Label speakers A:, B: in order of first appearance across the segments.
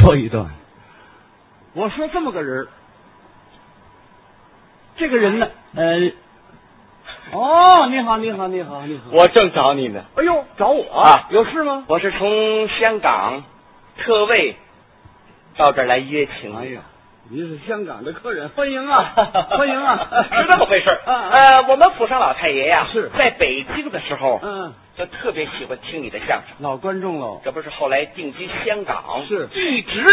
A: 说一段。
B: 我说这么个人儿，这个人呢，呃，哦，你好，你好，你好，你好，
C: 我正找你呢，
B: 哎呦，找我
C: 啊
B: 有事吗？
C: 我是从香港特为到这儿来约请
B: 哎
C: 你。
B: 呀，您是香港的客人，欢迎 啊， 欢迎啊，
C: 是这么回事儿。
B: 啊啊
C: 呃，我们府上老太爷呀，
B: 是
C: 在北京的时候，
B: 嗯，
C: 就特别喜欢听你的相声。
B: 老观众喽，
C: 这不是后来定居香港，
B: 是
C: 一直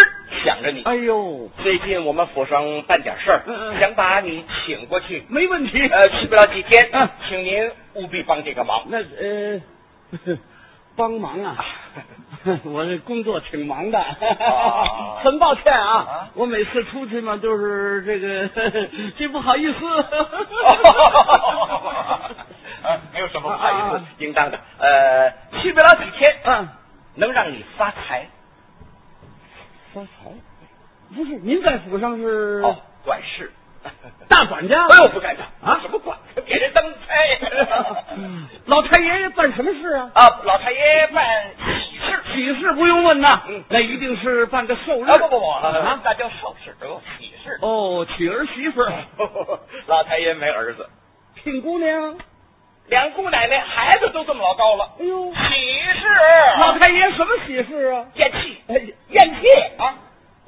C: 想着你。
B: 哎呦，
C: 最近我们府上办点事
B: 嗯
C: 儿，
B: 嗯
C: 想把你请过 去，
B: 没问题，
C: 呃，去不了几天
B: 嗯，
C: 请您务必帮这个忙。
B: 那呃， 帮忙 啊， 我这工作挺忙的
C: 哦，
B: 很抱歉啊
C: 啊，
B: 我每次出去嘛都是这个， 这不好意思。
C: 啊，没有什么不好意思，应当的。呃，去不了几天，
B: 嗯，
C: 能让你发财。
B: 发财？不是，您在府上是
C: 哦，管事。
B: 嗯大管家？
C: 哎呦，不敢当
B: 啊嗯
C: 什么管？给人当差。
B: 老太爷爷办什么事啊？
C: 啊，老太爷办喜事。
B: 喜事不用问呐
C: 嗯，
B: 那一定是办个寿日。
C: 啊不不不，
B: 啊！
C: 那叫寿事，哦，喜事。
B: 哦，娶儿媳妇儿，
C: 老太爷没儿子，
B: 聘姑娘。
C: 两姑奶奶孩子都这么老高了，
B: 哎呦，
C: 喜事。
B: 老太爷什么喜事啊？
C: 咽气，
B: 哎
C: 咽气啊！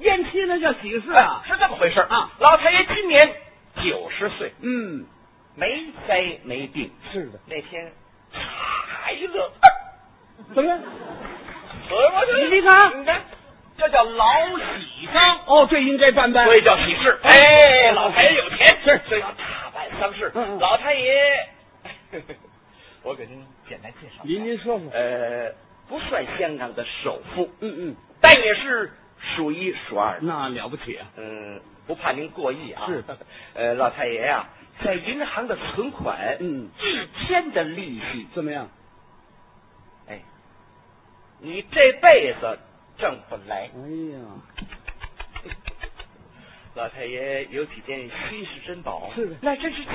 B: 宴期那叫喜事啊。
C: 是这么回事儿
B: 啊
C: 老太爷今年九十岁，
B: 嗯，
C: 没灾没病。
B: 是的。
C: 那天孩子，
B: 怎么样？
C: 我我这
B: 你看
C: 你看，这叫老喜丧，
B: 哦，这应该办办。
C: 所以叫喜事。哎，老太爷有钱，
B: 是
C: 所以要大办丧事
B: 嗯嗯。
C: 老太爷， 我给您简单介绍一下，
B: 您您说说。
C: 呃，不算香港的首富，
B: 嗯嗯，
C: 但也是数一数二的。
B: 那了不起啊。
C: 嗯，不怕您过意啊。
B: 是，
C: 呃，老太爷呀、在银行的存款，
B: 嗯
C: 一天的利息，
B: 怎么样？
C: 哎，你这辈子挣不来。
B: 哎呀，
C: 老太爷有几件稀世珍宝，
B: 是的
C: 那真是价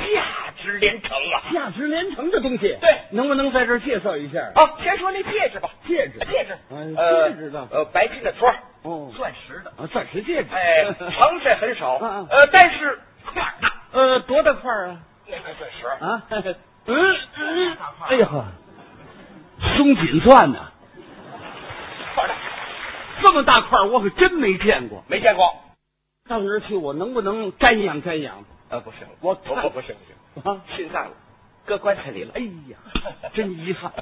C: 值连城啊！
B: 价值连城的东西，
C: 对
B: 能不能在这儿介绍一下？
C: 啊，先说那戒指吧，
B: 戒指
C: 戒指，
B: 哎
C: 呃
B: 戒指呢
C: 呃，白金的托儿，
B: 哦
C: 钻石的，
B: 啊，钻石戒指。
C: 哎，成色很少，
B: 嗯嗯
C: 呃，但是块儿大，
B: 呃，多大块儿啊？
C: 那块钻石
B: 啊，嗯嗯，哎呀呵，松紧钻呐、
C: 块儿大，
B: 这么大块儿我可真没见过。
C: 没见过。
B: 到那儿去，我能不能瞻仰瞻仰
C: 呃，不行，我我我不行不行，
B: 啊？
C: 心脏搁棺材里了
B: 哎。呀， 真遗憾。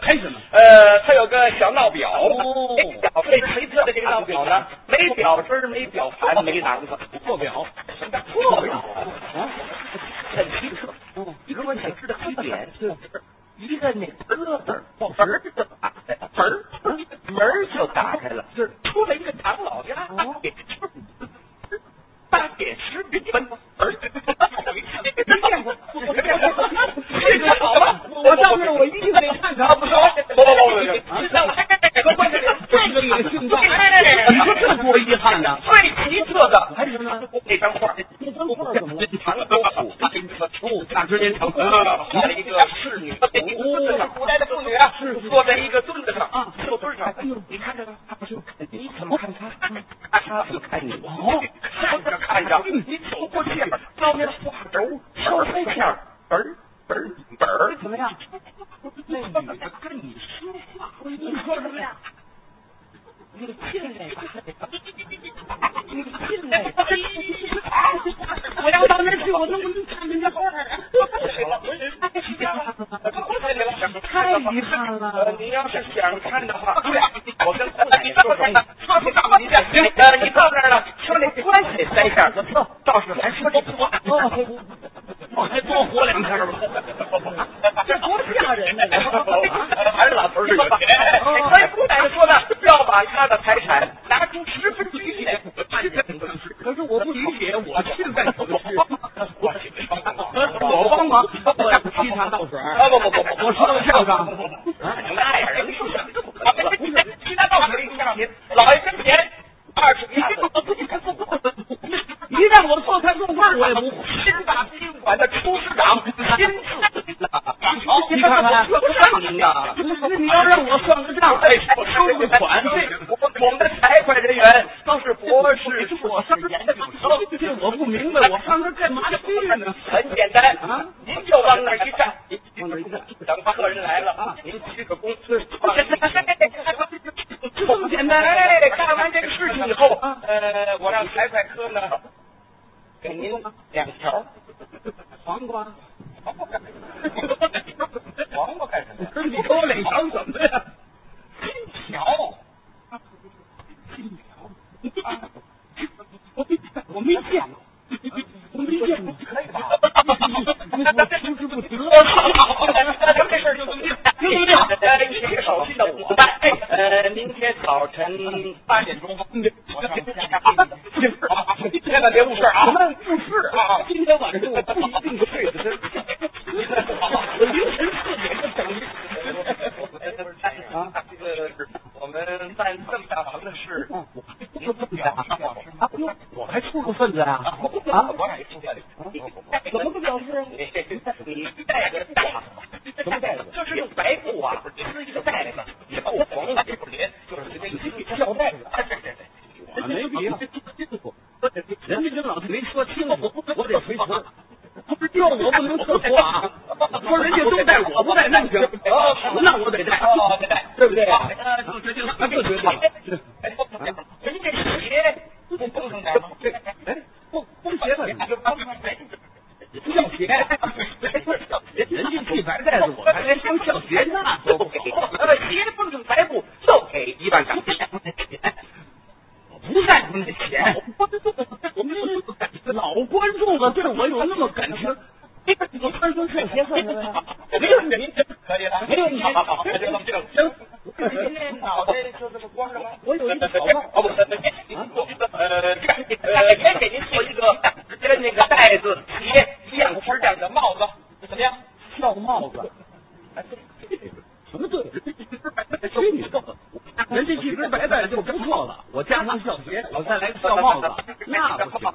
B: 还什么？
C: 呃，他有个小闹表，
B: 哦
C: 这表被锤特的这个闹表呢，没表针儿，没表盘，没囊子，
B: 破表
C: 破表哦
B: 啊
C: 很奇特
B: 嗯。
C: 如果想知道一点，
B: 是
C: 一个那疙瘩门儿就打开，门儿门儿就打开了，
B: 是
C: 出来一个唐老鸭，
B: 哦
C: 给吃大给吃你们门儿。
B: 没见过这个好吧我到那儿我一定得看看
C: 啊不行，不不不不不，那我关键
B: 这个也姓赵你说这多遗憾呐
C: 最奇特的
B: 还有呢
C: 那张画，
B: 那张画怎么了
C: 长州府跟这个处大之连城，画了一个侍女图，
B: 哦
C: 这是古代的妇女啊，
B: 是是
C: 坐在一个墩子上
B: 啊
C: 坐墩上
B: 哎呦，
C: 你看这个，你怎么看他？嗯他怎么看你？哦，看着看着，你走过去，到那画轴敲三下，嘣儿嘣儿嘣儿，
B: 怎么样？
C: 那女的跟你说话，你说什么呀？你进来吧，你进来吧。
B: 我要到那儿去，我能不能看看这画儿啊？太遗憾
C: 呃
B: 了。
C: 您要是想看的话，对啊，我跟姑奶奶说说，说说干嘛？你呃，你到这儿了，说那关系三下，倒是还说这话，
B: 我还多活两天吧。 这哦多吓人 呐！
C: 还是老头儿有钱。 所以姑奶奶说呢，要把他的财产拿出十分之一来办这种丧事。
B: 可是我不理解，我现在怎么去？
C: 我请你帮帮忙
B: 我帮 忙，我替他倒水儿。
C: 啊不不不不，
B: 我说到票上
C: 不不不不
B: 啊
C: 那样人不想其他倒水一下您，老爷跟前二十下子，
B: 你让我做菜做饭儿，我也不会。
C: 新大宾馆的厨师长亲自掌勺，
B: 你看看
C: 说不上您呐。
B: 你要让我算个账，
C: 哎，我收款，我们的财会人员倒是博士硕士研究生，
B: 这我不明白，我上这干嘛去呢？
C: 很简单
B: 啊
C: 您就往那儿一站，您
B: 往那儿一站
C: 等客人来了
B: 啊
C: 您鞠个躬，
B: 就这么简单
C: 哎，干完这个事情以后，
B: 啊
C: 呃，我让财会科呢给您两条
B: 黄瓜，
C: 黄瓜干什么？黄瓜干什么？
B: 不是你给我脸上怎么呀？
C: 金条。
B: 我没见过，我没见过，
C: 可以吧？
B: 我求之不得。
C: 咱们这事儿就这么定，
B: 就这么定
C: 呃，您这个手续呢，我办。呃，明天早晨八点钟，我上家给你。好吧，千万别误事啊！
B: 我们不是啊，今天晚上我不一定睡得着。我凌晨四点就等你。
C: 啊，这个我们办这么大忙的事，
B: 就这么大啊！哟，我还出出份子啊！啊，
C: 我哪听见？
B: 怎么不表示啊？
C: 你带个袋子，
B: 什么袋子
C: 就是用白布啊，织一个袋子，也不黄了，也不连，就是这个
B: 吊带子
C: 对对对。
B: 我啊没必要。人家这老太没说清楚，我得回头。不是要我不能特说啊，说人家都带我不带那行，那我得带，
C: 哦，对
B: 对不对啊？
C: 那就 决定了，
B: 那就决定了。
C: 哎，人家鞋不蹦上点吗？
B: 哎，不不鞋子，
C: 就蹦上点。
B: 不像鞋， 人家系白带子，我还连双像鞋那都不好。
C: 那鞋蹦上白布，就给一万港币。
B: 我不在乎那钱， 我们老观众啊了，对我有那么感情。哎你穿双看鞋算什么呀？
C: 没有您，可以了，好好好，这么正正。您这脑袋就这么光着吗？哦不，呃，呃，先给您做一个跟那个袋子、鞋一样式这样的帽子，怎么样？
B: 笑帽子，什么对？吹你个！人家一根白带就不错了，我加上笑鞋，我再来个笑帽子，那不 行。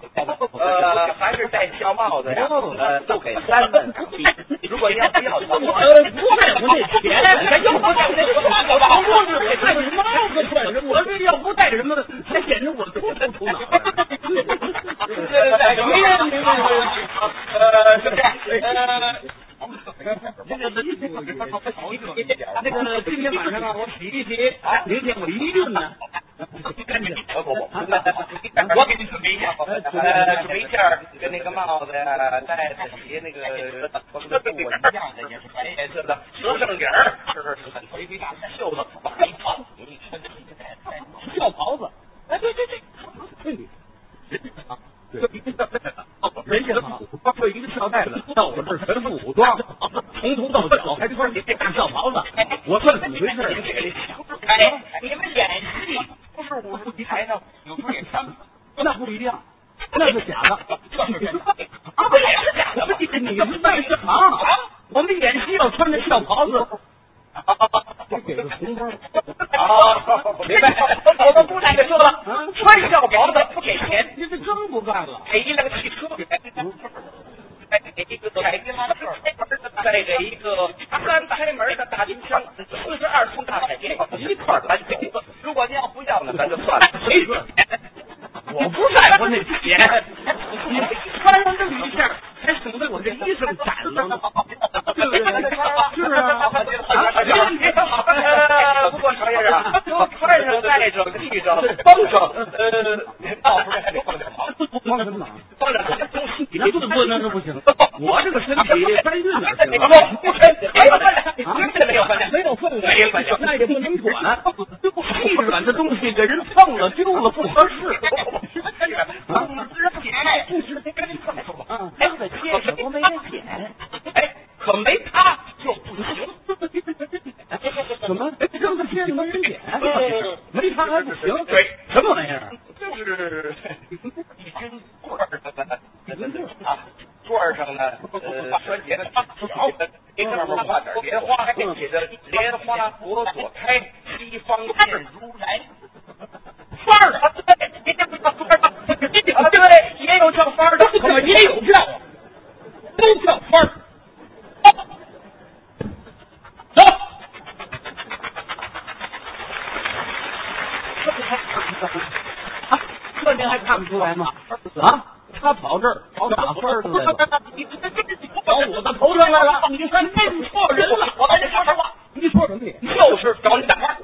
C: 呃，还是戴小帽子呀，呃，就给三万港币。如果您要不要的话，
B: 我呃不在乎那钱，我不是我戴什么帽子穿什么？我这要不戴什么，那简直我秃头秃脑
C: 没人明白呃，是这样，
B: 那个今天晚上啊，我洗一洗，明天我一定呢，干净。
C: 不不不，我给你准备一件，呃，准备一件跟那个帽子呀、带子、鞋那个风格跟我一样的，也是白颜色的，直正领儿，是是是，很肥肥大袖子往上一套，你穿这个带带
B: 笑袍子，
C: 哎，对对对，
B: 对哦你。人家好，就一个吊带子，到我这儿全副武装，从头到脚还穿你这大笑袍子，我算怎么回事儿？
C: 哎，你们演戏不是五十级台呢，有时候也上。
B: 那不一样，那是假的。
C: 啊，不也是假的吗？
B: 你们在这行，我们演戏要穿着笑袍子， 就给个红包。
C: 啊，明白。 嗯我们姑奶奶说了，穿校袍的不给钱，
B: 你这真不干了。
C: 给一辆汽车，再给一个改一拉车，再给一个三开门的大冰箱，四十二寸大彩电，一块儿咱走。如果您要不要呢，咱就算了。
B: 谁说？我不在乎那钱，你穿上这么一件，还省得我这衣裳展了呢，对不对？是啊，
C: 不过常先生，都穿上、戴上、系上、绷上，呃，到时候还得放点忙，
B: 光什么
C: 放点东西。
B: 你那不能不能这不行，我这个身体搬运哪去
C: 你不
B: 了？
C: 不分，没有分，真的没有分量，
B: 没有分量，
C: 没有分量，
B: 那也不能管。细软的东西给人碰了丢了不合适。
C: 我们值钱，不值得跟你这么说。
A: 哎，我接着，我没得捡。
C: 哎，可没他就不行。
B: 怎么扔到街上没人捡？哎
C: 呃
B: 没他还不行？什么玩意儿？
C: 就是一根棍儿啊，棍儿上呢，呃，拴结的条，您上面画点莲花，还写着“莲花朵朵开，西方见如来”。范儿啊，对，您这不
B: 哎
C: 啊
B: 天啊还看不出来吗？
C: 啊，
B: 他跑这儿跑打分儿来了，
C: 你这这这
B: 找我的头上来了，
C: 你是认错人了。我来这说实话，
B: 你说什么你？
C: 就是找你打分儿。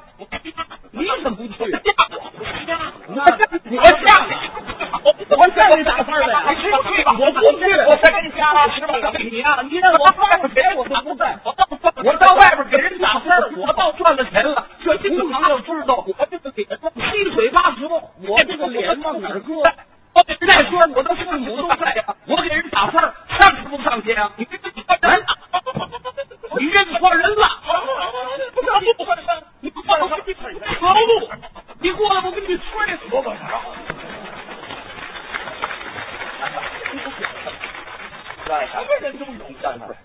B: 你怎么不去？
C: 吓我！吓
B: 那
C: 我吓你！
B: 我向你打分儿来
C: 你去不去吧？
B: 我不去，
C: 我才跟你瞎了，是吧？
B: 你啊，你让我放了钱我就不干，
C: 我到外边给人打分儿，我倒赚了钱了。
B: 这银行要知道，
C: 我这个脸，
B: 七嘴八舌，我这个脸往哪儿 搁？
C: 我给人再说，我的父母都在呀，我给人打分儿，上去不上去啊？你这个 你认错人了，不是你不算你不算上，可恶！你过来，我给你摔死！
D: 这
C: 什
D: 呀，
C: 么人都有，
D: 算了，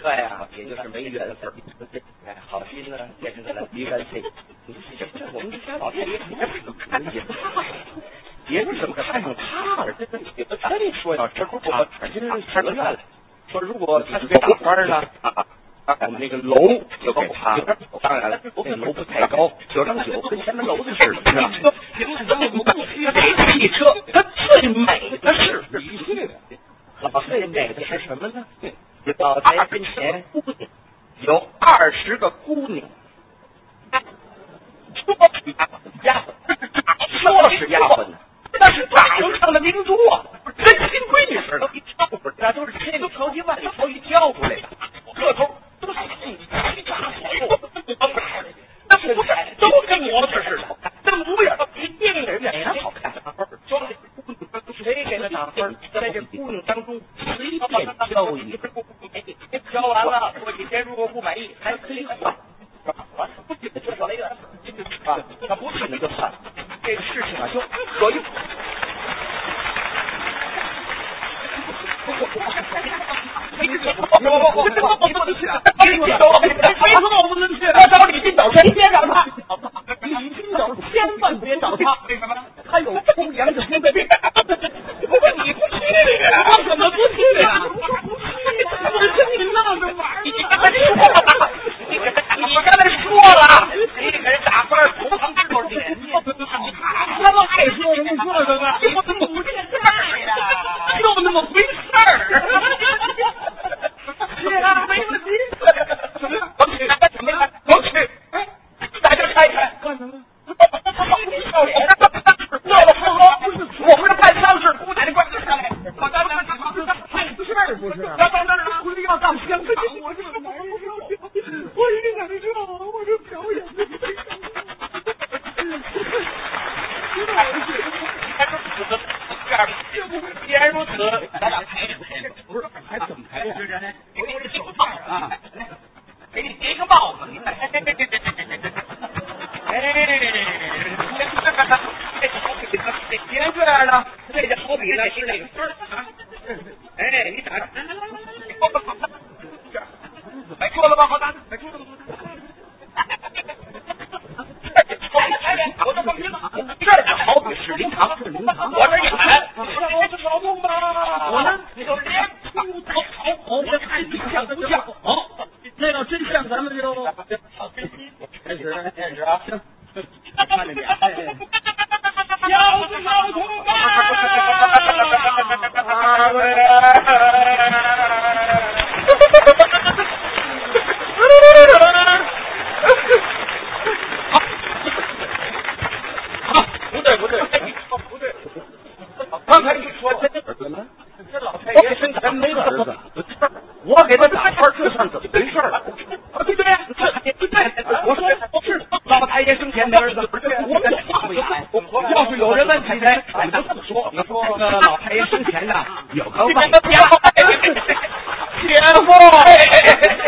D: 这呀也就是没缘分。哎，好心呢变成了驴肝肺。你这这我们这家老天爷你怎么看见他？爷们怎么看上他了？咱这说呀，这不我真是十个愿了。说如果他是被打官呢？我们那个楼就给他了，当然了，那楼不太高，九丈九跟前门楼子似的，是吧？
C: 行了，咱们不这汽车，它最美的是
D: 你去老最美的是什么呢？老宅跟前
C: 姑娘，
D: 有二十个姑娘，
C: 说是丫鬟，
D: 说是丫鬟呢，
C: 那是打油上的明珠啊，跟亲闺女似的。
D: 那都是千里迢迢万里迢迢挑出来的。
C: 这头都是你欺诈我，那不是都跟模特似的，那模样一定人
D: 哪样好看？
C: 装的姑娘，
D: 谁给他打分？在这姑娘当中随便挑一个，
C: 挑完了过几天如果不满意还可以换。
D: 这少来一个啊！那不是你就算了，这个事情啊就左右。
C: 没事，我我我我不能去，你走，非说我不能去，我找李金斗去，
B: 别找他，李金斗千万别找他，
C: 为什么？
B: 他有风凉的风病。
C: 不是你不去呀？
B: 我怎么不去呀、
C: 我跟你闹着玩儿呢。你刚才说了，你给人打分儿，不能够脸面。
B: 他们爱说什么说什么。
C: 这不能不这事儿呀， 就那么回事儿。没问题。怎么样？王曲，怎么样？王曲，哎，大家看一看。
B: 干什么？
C: 你笑脸，乐了不高，不是，我回来办丧事，姑奶奶关上来，我咱们这房子办
B: 事儿不是
C: 要到那儿了，
B: 不是要到香港，我这难受，我这难受，我这表演的
C: 哎既然如此，咱俩排一排。
B: 不是还怎么排呀、
C: 给你个手套啊，给你叠一个帽子，你看。哎，既然这样呢，这就好比那是那个分儿啊。哎，你打，买桌子吧，好打，买桌子吧，我都放心了，这就好比是灵堂，我这一喊，我是老公吧，我呢，你就连出头，
B: 哦，我看你像不像？哦，那要真像咱们就开始开始啊！行，看着点。
C: 要是老公吧。
D: 不对不对，
C: 不对，刚才你说这
B: 怎么？
C: 这老太
B: 我
C: 爷
B: 身材没儿子，
D: 我给他打分儿，这算怎么回事儿啊？
C: 啊，对不对？对对对，我说是老太爷生前没儿子，我们话不来。
B: 要是有人问太太，俺就这么说，我说那个老太爷生前呐有个外
C: 别别别，姐夫，